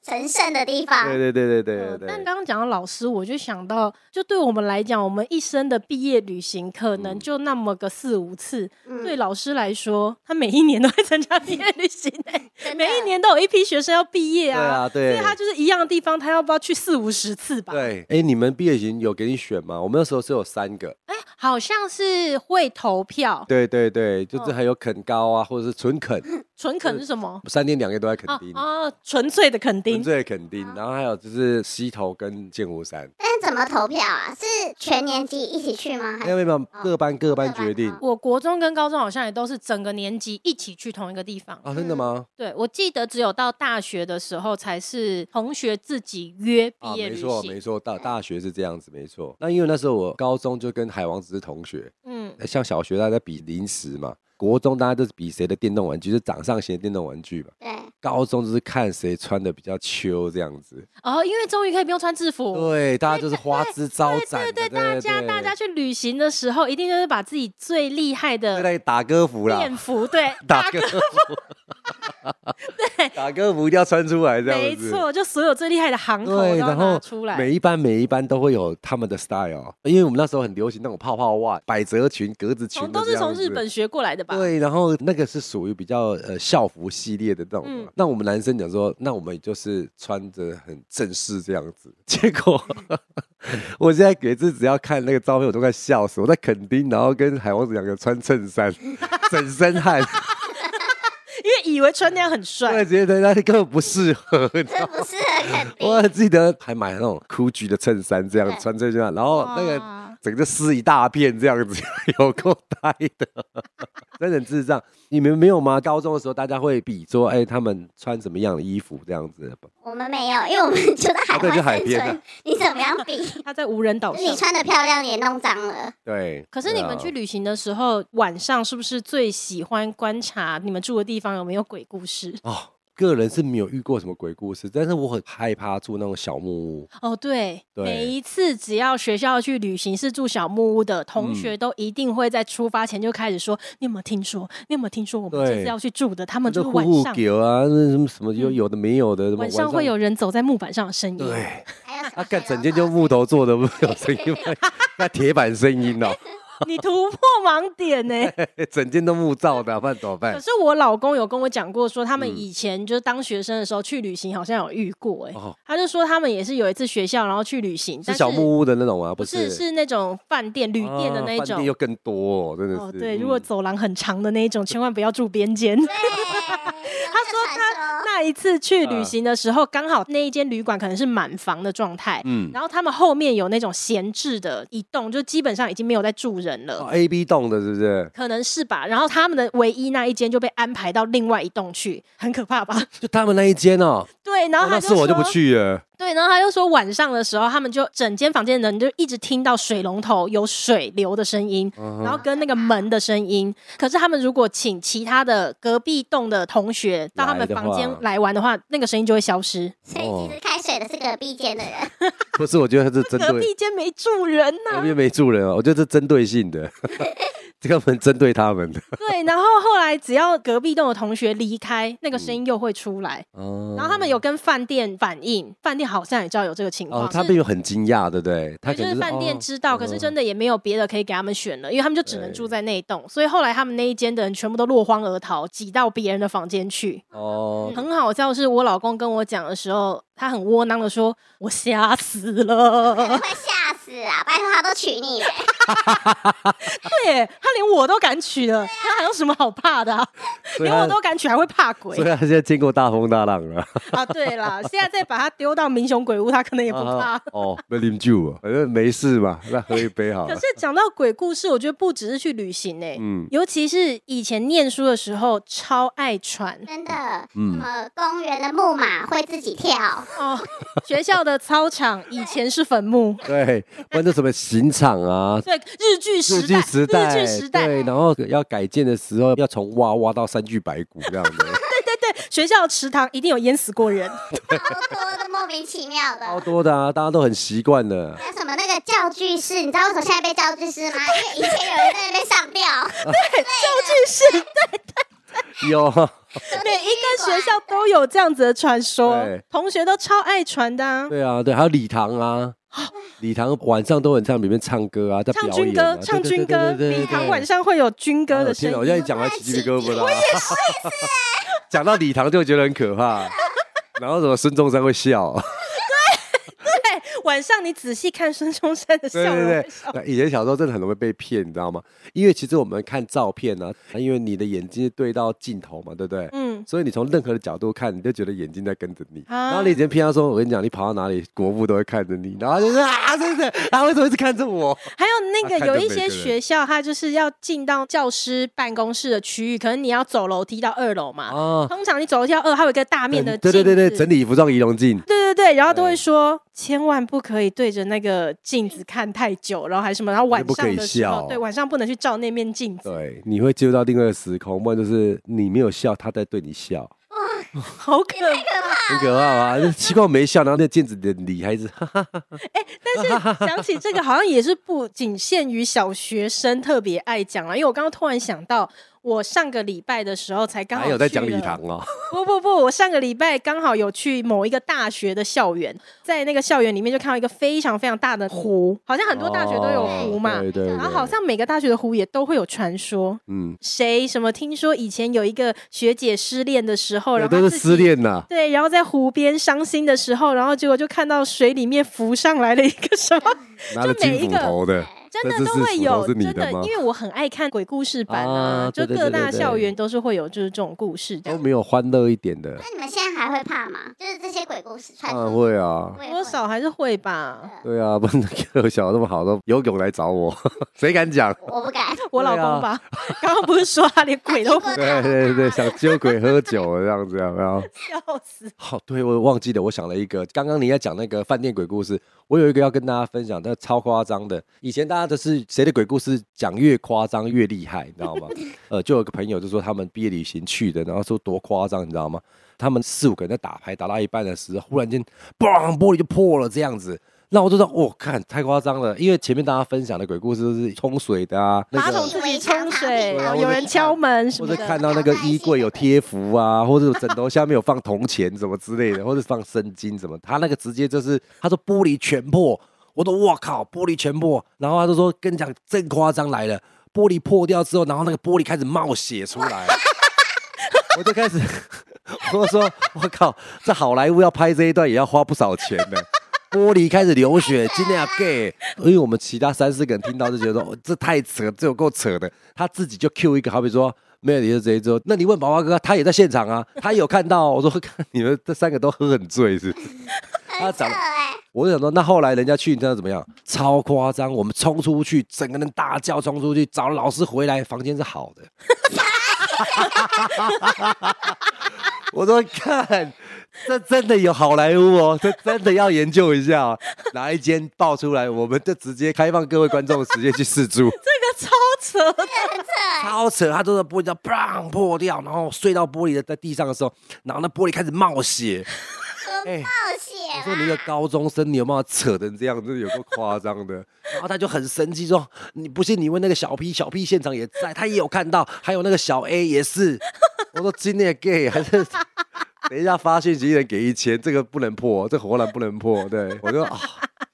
Speaker 3: 神圣的地方，
Speaker 2: 对对对对对
Speaker 1: 嗯
Speaker 2: 对
Speaker 1: 但
Speaker 2: 对。
Speaker 1: 刚刚讲到老师，我就想到，就对我们来讲，我们一生的毕业旅行可能
Speaker 2: 嗯
Speaker 1: 就那么个四五次。
Speaker 3: 嗯
Speaker 1: 对老师来说，他每一年都会参加毕业旅行、 欸，
Speaker 3: 真的
Speaker 1: 每一年都有一批学生要毕业
Speaker 2: 对啊，
Speaker 1: 所
Speaker 2: 对
Speaker 1: 以。他就是一样的地方，他要不要去四五十次吧？，
Speaker 2: 对，哎，你们毕业行有给你选吗？我们那时候是有三个，
Speaker 1: 好像是会投票，
Speaker 2: 对对对，就
Speaker 1: 哦
Speaker 2: 是还有垦高啊，或者是纯垦，
Speaker 1: 纯肯是什么？
Speaker 2: 三天两夜都在垦
Speaker 1: 啊
Speaker 2: 丁，
Speaker 1: 啊，纯粹的肯
Speaker 2: 纯
Speaker 1: 定。
Speaker 2: 粹的垦
Speaker 1: 哦
Speaker 2: 丁，然后还有就是溪头跟剑湖山，
Speaker 3: 但是怎么投票啊？是全年级一起去吗？还
Speaker 1: 哎
Speaker 2: 没有没
Speaker 1: 嗯
Speaker 2: 有各班各班
Speaker 3: 各班
Speaker 2: 决定
Speaker 3: 哦
Speaker 1: 我国中跟高中好像也都是整个年级一起去同一个地方。
Speaker 2: 啊，真的
Speaker 3: 嗯
Speaker 2: 吗？
Speaker 1: 对，我记得只有到大学的时候才是同学自己约嗯毕
Speaker 2: 啊，
Speaker 1: 业
Speaker 2: 没
Speaker 1: 旅
Speaker 2: 错
Speaker 1: 行。嗯
Speaker 2: 没错，大大学是这样子，没错。那因为那时候我高中就跟海王子是同学，
Speaker 1: 嗯，
Speaker 2: 像小学大家在比零食嘛，国中大家都是比谁的电动玩具，就是掌上型的电动玩具嘛，
Speaker 3: 对，
Speaker 2: 高中就是看谁穿的比较秋这样子。
Speaker 1: 哦，因为终于可以不用穿制服。
Speaker 2: 对，大家就是花枝招展
Speaker 1: 对
Speaker 2: 的，
Speaker 1: 哦对，大家大家去旅行的时候，一定就是把自己最厉害
Speaker 2: 就
Speaker 1: 的
Speaker 2: 在打歌服啦，
Speaker 1: 便服，对，
Speaker 2: 打歌服， 对，打歌服一定要穿出 来这
Speaker 1: 没
Speaker 2: 样子。
Speaker 1: 错，就所有最厉害的行头都
Speaker 2: 对，
Speaker 1: 要
Speaker 2: 然
Speaker 1: 拿
Speaker 2: 后
Speaker 1: 出来。
Speaker 2: 每一班每一班都会有他们的 style，因为我们那时候很流行那种泡泡袜、百褶裙、格子裙
Speaker 1: 从
Speaker 2: 的
Speaker 1: 哦都是
Speaker 2: 这样
Speaker 1: 从日
Speaker 2: 子
Speaker 1: 本学过来的吧？
Speaker 2: 对，然后那个是属于比较呃校服系列的那种嘛。
Speaker 1: 嗯
Speaker 2: 那我们男生讲说，那我们就是穿着很正式这样 子。结果 我现在每次只要看那个照片，我都快笑死。我在垦丁，然后跟海王子两个穿衬 衫， 整身汗，
Speaker 1: 因为以为穿那样很
Speaker 2: 我
Speaker 1: 帅。
Speaker 2: 觉得那根本不适合。你知道
Speaker 3: 这
Speaker 2: 吗
Speaker 3: 不适合肯定。
Speaker 2: 我还记得还买那种 GUCCI 的衬衫，这样
Speaker 3: 对
Speaker 2: 穿这样，然后那个
Speaker 1: 哇
Speaker 2: 整个撕一大片这样子，有够呆 的，真的很智障。你们没有吗？高中的时候大家会比说，哎、他们穿什么样的衣服这样子。
Speaker 3: 我们没有，因为我们 就在海
Speaker 2: 啊对就海
Speaker 3: 湾生
Speaker 2: 边啊
Speaker 3: 存。你怎么样比？
Speaker 1: 他在无人岛
Speaker 3: 你
Speaker 1: 上。
Speaker 3: 穿的漂亮，也弄脏了。
Speaker 2: 对，
Speaker 1: 可是你们去
Speaker 2: 对啊
Speaker 1: 旅行的时候，晚上是不是最喜欢观察你们住的地方有没有鬼故事？
Speaker 2: 哦。个人是没有遇过什么鬼故事，但是我很害怕住那种小木屋。
Speaker 1: 哦，对，
Speaker 2: 对
Speaker 1: 每一次只要学校去旅行是住小木屋的，同学都一定会在出发前就开始说：“你有没有听说？你有没有听说我们这
Speaker 2: 对
Speaker 1: 次要去住的？他们就
Speaker 2: 那
Speaker 1: 是
Speaker 2: 户
Speaker 1: 晚
Speaker 2: 户
Speaker 1: 上，嗯
Speaker 2: 狗啊，那什么什么有有的没有的，什么
Speaker 1: 晚上会有人走在木板上的声音。”
Speaker 2: 对，
Speaker 3: 还有什么
Speaker 2: 他啊干整间就木头做的，不是有声 音吗？那铁板声音哦。
Speaker 1: 你突破盲点 呢、
Speaker 2: 整间都木造的，啊不然怎么
Speaker 1: 可
Speaker 2: 办？
Speaker 1: 是我老公有跟我讲过，说他们
Speaker 2: 嗯
Speaker 1: 以前就是当学生的时候去旅行，好像有遇过、欸。哎、
Speaker 2: 哦
Speaker 1: 他就说他们也是有一次学校然后去旅行，
Speaker 2: 是
Speaker 1: 但
Speaker 2: 小木屋的那种吗？
Speaker 1: 不
Speaker 2: 是，
Speaker 1: 是是那种饭店、旅店的
Speaker 2: 啊
Speaker 1: 那一
Speaker 2: 饭
Speaker 1: 种
Speaker 2: 店。又更多、哦，真的是。
Speaker 1: 哦，对，
Speaker 2: 嗯
Speaker 1: 如果走廊很长的那一种，千万不要住边间。
Speaker 3: 他
Speaker 1: 他说他那一次去
Speaker 2: 啊
Speaker 1: 旅行的时候，刚好那一间旅馆可能是满房的状态，
Speaker 2: 嗯，
Speaker 1: 然后他们后面有那种闲置的一栋，就基本上已经没有在住人了。
Speaker 2: 哦 A B 栋的是不是？
Speaker 1: 可能是吧，然后他们的唯一那一间就被安排到另外一栋去，很可怕吧？
Speaker 2: 就他们那一间哦，
Speaker 1: 对，然后
Speaker 2: 哦
Speaker 1: 他
Speaker 2: 那
Speaker 1: 就
Speaker 2: 次
Speaker 1: 说，
Speaker 2: 我就不去了。
Speaker 1: 对，然后他就说晚上的时候，他们就整间房间的人就一直听到水龙头有水流的声音，
Speaker 2: 嗯
Speaker 1: 然后跟那个门的声音。可是他们如果请其他的隔壁栋的同学到他们
Speaker 2: 来的
Speaker 1: 房
Speaker 2: 话
Speaker 1: 间来玩的话，那个声音就会消失。
Speaker 3: 所以其实开水的是隔壁间的人，
Speaker 2: 哦不是，我觉得这是针
Speaker 1: 隔
Speaker 2: 对
Speaker 1: 壁间没住人呐、
Speaker 2: 我边没住人哦，我觉得这针对 性的，这根本针对他们的。
Speaker 1: 对，然后后来只要隔壁栋的同学离开，那个声音又会出来。
Speaker 2: 哦
Speaker 1: 然后他们有跟饭店反映，饭店好像也知道有这个情况。
Speaker 2: 哦，他
Speaker 1: 是
Speaker 2: 并没有很惊讶，对不对？他
Speaker 1: 对，
Speaker 2: 可
Speaker 1: 就
Speaker 2: 能
Speaker 1: 是饭店
Speaker 2: 哦
Speaker 1: 知道，可是
Speaker 2: 嗯
Speaker 1: 真的也没有别的可以给他们选了，因为他们就只能
Speaker 2: 对
Speaker 1: 住在那一栋，所以后来他们那一间的人全部都落荒而逃，挤到别人的房间去。
Speaker 2: 哦，
Speaker 1: 很好笑，是我老公跟我讲的时候，他很窝囊的说：“我吓死 了。
Speaker 3: 会吓死啊！拜托，他都娶你了，”
Speaker 1: 对，他连我都敢娶了，他还有什么好怕的啊、
Speaker 2: 所以
Speaker 1: 连我
Speaker 2: 啊他啊
Speaker 1: 都敢娶，还会怕
Speaker 2: 所
Speaker 1: 鬼
Speaker 2: 以他现在见过大风大浪了。
Speaker 1: 啊？对啦，现在再把他丢到民雄鬼屋，他可能 也不 怕。
Speaker 2: 哦，被啉酒啊，反正没事嘛，那喝一杯好
Speaker 1: 可
Speaker 2: 了
Speaker 1: 是。讲到鬼故事，我觉得不只是去旅行诶、
Speaker 2: 嗯
Speaker 1: 尤其是以前念书的时候，超爱传。
Speaker 3: 真的。什
Speaker 2: 嗯，
Speaker 3: 么公园的木马会自己跳，
Speaker 1: 哦， 学校的操场以前是坟墓，，
Speaker 2: 对，不然就什么刑场啊
Speaker 1: 对，日据
Speaker 2: 日
Speaker 1: 时
Speaker 2: 据
Speaker 1: 代，
Speaker 2: 时代，
Speaker 1: 日据时代，
Speaker 2: 对，然后要改建的时候要从挖挖到三具白骨这样的，
Speaker 1: 对对，学校池塘一定有淹死过人，
Speaker 3: 超多的莫名其妙
Speaker 2: 超
Speaker 3: 的。
Speaker 2: 多的啊，大家都很习惯的。
Speaker 3: 还有什么那个教具室，你知道为什么现在被教具室吗？因为以前有人在那边上吊，
Speaker 1: 日据时代
Speaker 2: 有，
Speaker 1: 每一个学校都有这样子的传说
Speaker 2: 对，
Speaker 1: 同学都超爱传的、啊。
Speaker 2: 对啊，对，还有礼堂啊， 礼堂晚上都很在里面唱歌啊，在
Speaker 1: 唱
Speaker 2: 表
Speaker 1: 军
Speaker 2: 演啊，
Speaker 1: 歌，唱
Speaker 2: 对
Speaker 1: 军歌，
Speaker 2: 对对哦对对
Speaker 1: 礼堂
Speaker 2: 对啊
Speaker 1: 晚上会有军歌的声
Speaker 2: 天哎哪，我
Speaker 1: 音。
Speaker 2: 现在讲完起鸡皮疙瘩了。我也是， 讲到礼堂就觉得很 可怕。然后什么孙中山会笑，
Speaker 1: 对，晚上你仔细看孙中山 的笑
Speaker 2: 对
Speaker 1: 容，
Speaker 2: 对
Speaker 1: 会笑
Speaker 2: 对，以前小时候真的很容易被骗，你知道吗？因为其实我们看照片呢、啊，因为你的眼睛是对到镜头嘛，对不对？
Speaker 1: 嗯，
Speaker 2: 所以你从任何的角度看，你就觉得眼睛在跟着你。
Speaker 1: 啊
Speaker 2: 然后你以前骗他说：“我跟你讲，你跑到哪里，国父都会看着你。”然后他就是啊，真的，他为什么一直看着我？
Speaker 1: 还有那
Speaker 2: 啊
Speaker 1: 个
Speaker 2: 看
Speaker 1: 有
Speaker 2: 着
Speaker 1: 一
Speaker 2: 每
Speaker 1: 些
Speaker 2: 个人
Speaker 1: 学校，它就是要进到教师办公室的区域，可能你要走楼梯到二楼嘛。
Speaker 2: 啊，
Speaker 1: 通常你走楼梯到二楼，它有一个大面的
Speaker 2: 对对对对，
Speaker 1: 镜子
Speaker 2: 整理服装仪容镜，
Speaker 1: 对对对，然后都会
Speaker 2: 对
Speaker 1: 说千万不可以对着那个镜子看太久，然后还什么，然后晚
Speaker 2: 不可
Speaker 1: 上
Speaker 2: 以
Speaker 1: 的时候，
Speaker 2: 笑
Speaker 1: 对晚上不能去照那面镜子，
Speaker 2: 对，你会进入到另外一个时空，不然就是你没有笑，他在对你笑。
Speaker 1: 啊好可怕。
Speaker 2: 很可怕啊！ 就奇怪我没笑，然后那毽子的里还是哈哈哈
Speaker 1: 但是想起这个，好像也是不仅限于小学生特别爱讲啊了，因为我刚刚突然想到，我上个礼拜的时候才刚好
Speaker 2: 还有在
Speaker 1: 去
Speaker 2: 讲礼
Speaker 1: 了
Speaker 2: 堂哦，
Speaker 1: 不不不，我上个礼拜刚好有去某一个大学的校园，在那个校园里面就看到一个非常非常大的湖，好像很多大学都有湖嘛，
Speaker 2: 哦对对对，
Speaker 1: 然后好像每个大学的湖也都会有传说，
Speaker 2: 嗯，
Speaker 1: 谁什么听说以前有一个学姐失恋的时哦候，然
Speaker 2: 对
Speaker 1: 后
Speaker 2: 都
Speaker 1: 她
Speaker 2: 是
Speaker 1: 自己
Speaker 2: 失。恋呐，
Speaker 1: 对，然后在湖边伤心的时候，然后结果就看到水里面浮上来了一个什么，
Speaker 2: 拿着
Speaker 1: 就每
Speaker 2: 金
Speaker 1: 一
Speaker 2: 斧
Speaker 1: 个
Speaker 2: 头的，
Speaker 1: 真
Speaker 2: 这
Speaker 1: 的
Speaker 2: 是
Speaker 1: 都会
Speaker 2: 斧头
Speaker 1: 有，
Speaker 2: 是你
Speaker 1: 真
Speaker 2: 的吗
Speaker 1: 因为我很爱看鬼故事版啊，
Speaker 2: 啊
Speaker 1: 就
Speaker 2: 对对
Speaker 1: 各
Speaker 2: 对
Speaker 1: 大
Speaker 2: 对哦对
Speaker 1: 校园都是会有就是这种故事这
Speaker 2: 都
Speaker 1: 样。
Speaker 2: 没有欢乐一点的，
Speaker 3: 那你们现在还会怕吗？就是这些鬼故事传
Speaker 2: 当
Speaker 3: 出
Speaker 2: 然
Speaker 3: 去，
Speaker 2: 会啊
Speaker 3: 我。也会
Speaker 1: 多少还是会吧，
Speaker 2: 对啊， 不能给我小那么好的有勇来找我， 谁敢讲？
Speaker 3: 我不敢。
Speaker 1: 我老
Speaker 2: 对啊
Speaker 1: 公 吧，刚刚不是说他连鬼都不
Speaker 2: 对
Speaker 3: 对
Speaker 2: 对对，想揪鬼喝酒这样子，有没有？
Speaker 1: 笑死？
Speaker 2: 好，对我忘记了，我想了一个，刚刚你在讲那个饭店鬼故事，我有一个要跟大家分享，但超夸张的。以前大家都是谁的鬼故事讲越夸张越厉害，你知道吗？呃，就有个朋友就说他们毕业旅行去的，然后说多夸张，你知道吗？他们四五个人在打牌，打到一半的时候，忽然间，砰，玻璃就破了，这样子。那我就说，我、看太夸张了，因为前面大家分享的鬼故事都是冲水的啊，那
Speaker 1: 马
Speaker 2: 个啊
Speaker 1: 桶自己冲水，
Speaker 3: 对
Speaker 1: 然后
Speaker 2: 或者
Speaker 1: 有人敲门什
Speaker 2: 或
Speaker 1: 么
Speaker 2: 者
Speaker 1: 的
Speaker 2: 看。到那个衣柜有贴符啊，或者枕头下面有放铜钱什么之类的，或者放圣经什么，他那个直接就是他说玻璃全破，我说哇靠，玻璃全破，然后他就说跟你讲更夸张来了，玻璃破掉之后，然后那个玻璃开始冒血出来，我就开始我说我靠，这好莱坞要拍这一段也要花不少钱呢。玻璃开始流血，今天要 gay，因为我们其他三四个人听到就觉得说、哦、这太扯，这有够扯的。他自己就 Q 一个，好比说没有，你就直接说，那你问宝宝哥，他也在现场啊，他也有看到哦、我说 看你们这三个都喝很醉是不是？他长
Speaker 3: 对，
Speaker 2: 我就想说，那后来人家去，你知道怎么样？超夸张！我们冲出去，整个人大叫冲出去，找老师回来，房间是好的。 我说看，这真的有好莱坞哦，这真的要研究一下、哦，哪一间爆出来，我们就直接开放各位观众直接去试住。
Speaker 1: 这个超扯的，
Speaker 3: 欸
Speaker 2: 超扯，他真的玻璃要砰破掉，然后碎到玻璃的在地上的时候，然后那玻璃开始冒血。哎、
Speaker 3: 冒险
Speaker 2: 我说你一个高中生，你有办法扯成这样，真的有够夸张的。然后他就很生气说：“你不信，你问那个小 P，小 P 现场也在，他也有看到，还有那个小 A 也是。”我说：“今天的 gay 还是等一下发讯息，一人给一千，这个不能破，哦这荷兰不能破。”对，我就啊，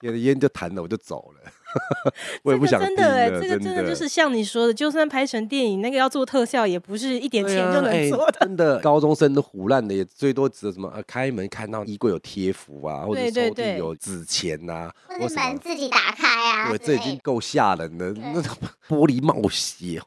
Speaker 2: 烟、的烟就弹了，我就走了。 我也不想
Speaker 1: 真
Speaker 2: 听
Speaker 1: 的哎，
Speaker 2: 了
Speaker 1: 这个真的就是像你说的，就算拍成电影，那个要做特效，也不是一点
Speaker 2: 对
Speaker 1: 钱就
Speaker 2: 啊
Speaker 1: 能
Speaker 2: 哎
Speaker 1: 做的。
Speaker 2: 真的，高中生都胡乱的，也最多只有什么、呃、开门看到衣柜有贴符啊，或者
Speaker 1: 对
Speaker 2: 抽
Speaker 1: 对
Speaker 2: 屉
Speaker 1: 对
Speaker 2: 有纸钱呐、啊，
Speaker 3: 或
Speaker 2: 或
Speaker 3: 是
Speaker 2: 什
Speaker 3: 门
Speaker 2: 么。
Speaker 3: 自己打开啊
Speaker 2: 对，
Speaker 3: 之
Speaker 2: 这
Speaker 3: 类
Speaker 2: 已经
Speaker 3: 的。
Speaker 2: 够吓人了，那种玻璃冒血，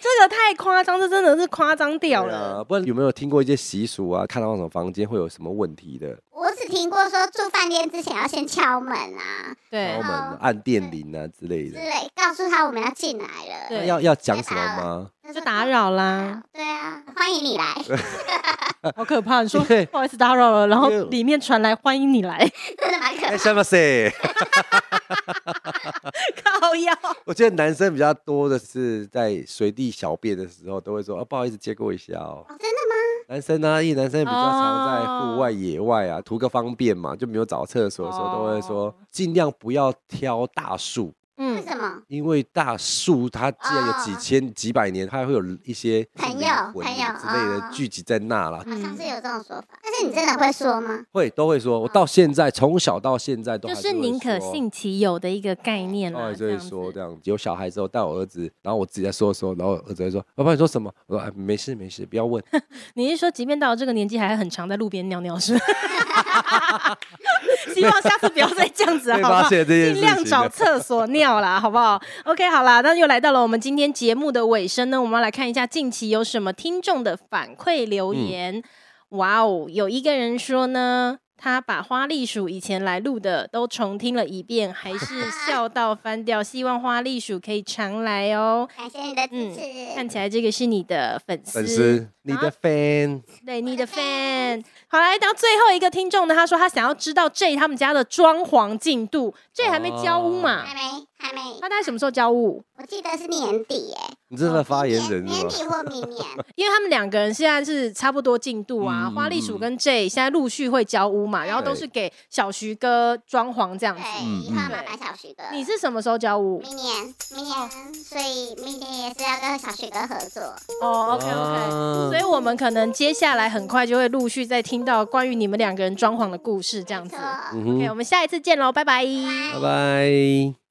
Speaker 1: 这个太夸张，这真的是夸张 掉
Speaker 2: 对
Speaker 1: 了。
Speaker 2: 啊。 不然有没有听过一些习俗啊？看到那种房间会有什么问题的？
Speaker 3: 我只听过说住饭店之前要先敲门啊
Speaker 1: 对
Speaker 2: 敲门、
Speaker 3: 哦
Speaker 2: 按电铃啊之类
Speaker 3: 之
Speaker 2: 的。
Speaker 3: 类，告诉他我们要进来了。
Speaker 1: 对啊
Speaker 2: 要要讲什么 吗？
Speaker 3: 那时
Speaker 1: 就
Speaker 3: 候
Speaker 1: 打。扰啦，
Speaker 3: 对啊，欢迎你来。
Speaker 1: 好可怕！你说
Speaker 2: 对
Speaker 1: 不好意思打扰了，然后
Speaker 2: 因为
Speaker 1: 里面传来欢迎你 来，
Speaker 3: 真的蛮可
Speaker 2: 哎，
Speaker 3: 怕。
Speaker 2: 什么谁？
Speaker 1: 靠腰。
Speaker 2: 我觉得男生比较多的是在随地小便的时候都会说啊，不好意思，借过一下哦。
Speaker 3: 哦，真的吗？
Speaker 2: 男生呢、因为男生比较常在
Speaker 1: 哦
Speaker 2: 户外、野外啊，图个方便嘛，就没有找厕所的时候都会
Speaker 1: 哦
Speaker 2: 说，尽量不要挑大树，
Speaker 3: 为
Speaker 1: 嗯，
Speaker 3: 什么？
Speaker 2: 因为大树它既然有
Speaker 1: 啊
Speaker 2: 几千几百年，它还会有一些
Speaker 3: 朋友
Speaker 2: 灵魂
Speaker 3: 朋
Speaker 2: 之
Speaker 3: 友
Speaker 2: 类
Speaker 3: 哦
Speaker 1: 啊
Speaker 2: 的聚集在那啦。
Speaker 1: 嗯
Speaker 3: 好像是有这种说法，但是你真的会说吗？
Speaker 2: 会都会说，我到现在从小到现在都
Speaker 1: 嗯就
Speaker 2: 还
Speaker 1: 是
Speaker 2: 会
Speaker 1: 宁可
Speaker 2: 说
Speaker 1: 信其有的一个概念
Speaker 2: 哦，
Speaker 1: 啦，
Speaker 2: 就
Speaker 1: 这
Speaker 2: 会
Speaker 1: 样
Speaker 2: 说这
Speaker 1: 子。
Speaker 2: 样子。有小孩之后带我儿子，然后我自己在说的时候，然后我儿子会说：“爸爸，你说什么？”我说：“哎，没事没事，不 要问。
Speaker 1: 你是说，即便到了这个年纪，还很常在路边尿尿 是？ 希望下次不要再这样”子，好
Speaker 2: 被
Speaker 1: 不好
Speaker 2: 发？现这件
Speaker 1: 尽量
Speaker 2: 事情啊
Speaker 1: 找
Speaker 2: 了，
Speaker 1: 厕所尿 啦，好不好？OK，好啦，那又来到了我们今天节目的尾声呢，我们要来看一下近期有什么听众的反馈留
Speaker 2: 嗯
Speaker 1: 言。哇哦，有一个人说呢，他把花栗鼠以前来录的都重听了一遍，还是笑到翻掉。希望花栗鼠可以常来哦。
Speaker 3: 感谢你的支持。
Speaker 1: 看起来这个是你的粉丝，
Speaker 2: 粉丝，你的 fan，
Speaker 1: 对你的 fan。好来，到最后一个听众呢，他说他想要知道 J 他们家的装潢进度，J 还没交屋
Speaker 2: 啊
Speaker 1: 嘛？
Speaker 3: 还没，还没，
Speaker 1: 他大概什么时候交屋？
Speaker 3: 我记得是年底哎，
Speaker 2: 你真
Speaker 1: 哦
Speaker 2: 的发言
Speaker 3: 年
Speaker 2: 人是
Speaker 3: 年
Speaker 2: 吗？
Speaker 3: 底或明年。
Speaker 1: 因为他们两个人现在是差不多进度啊，
Speaker 2: 嗯
Speaker 1: 花栗鼠跟 J 现在陆续会交屋嘛，然后都是给小徐哥装潢这样子。
Speaker 3: 对，
Speaker 2: 嗯
Speaker 3: 一号
Speaker 2: 嗯
Speaker 3: 麻烦小徐哥。
Speaker 1: 你是哦什么时候交屋？
Speaker 3: 明年，明年，所以明年也是要跟小徐哥合作。
Speaker 1: 哦，OK OK。所
Speaker 2: 啊
Speaker 1: 以我们可能接下来很快就会陆续再听到关于你们两个人装潢的故事，这样子。
Speaker 3: 错。
Speaker 2: 嗯
Speaker 1: OK，
Speaker 2: 哼，
Speaker 1: 我们下一次见喽，拜拜
Speaker 2: 拜拜。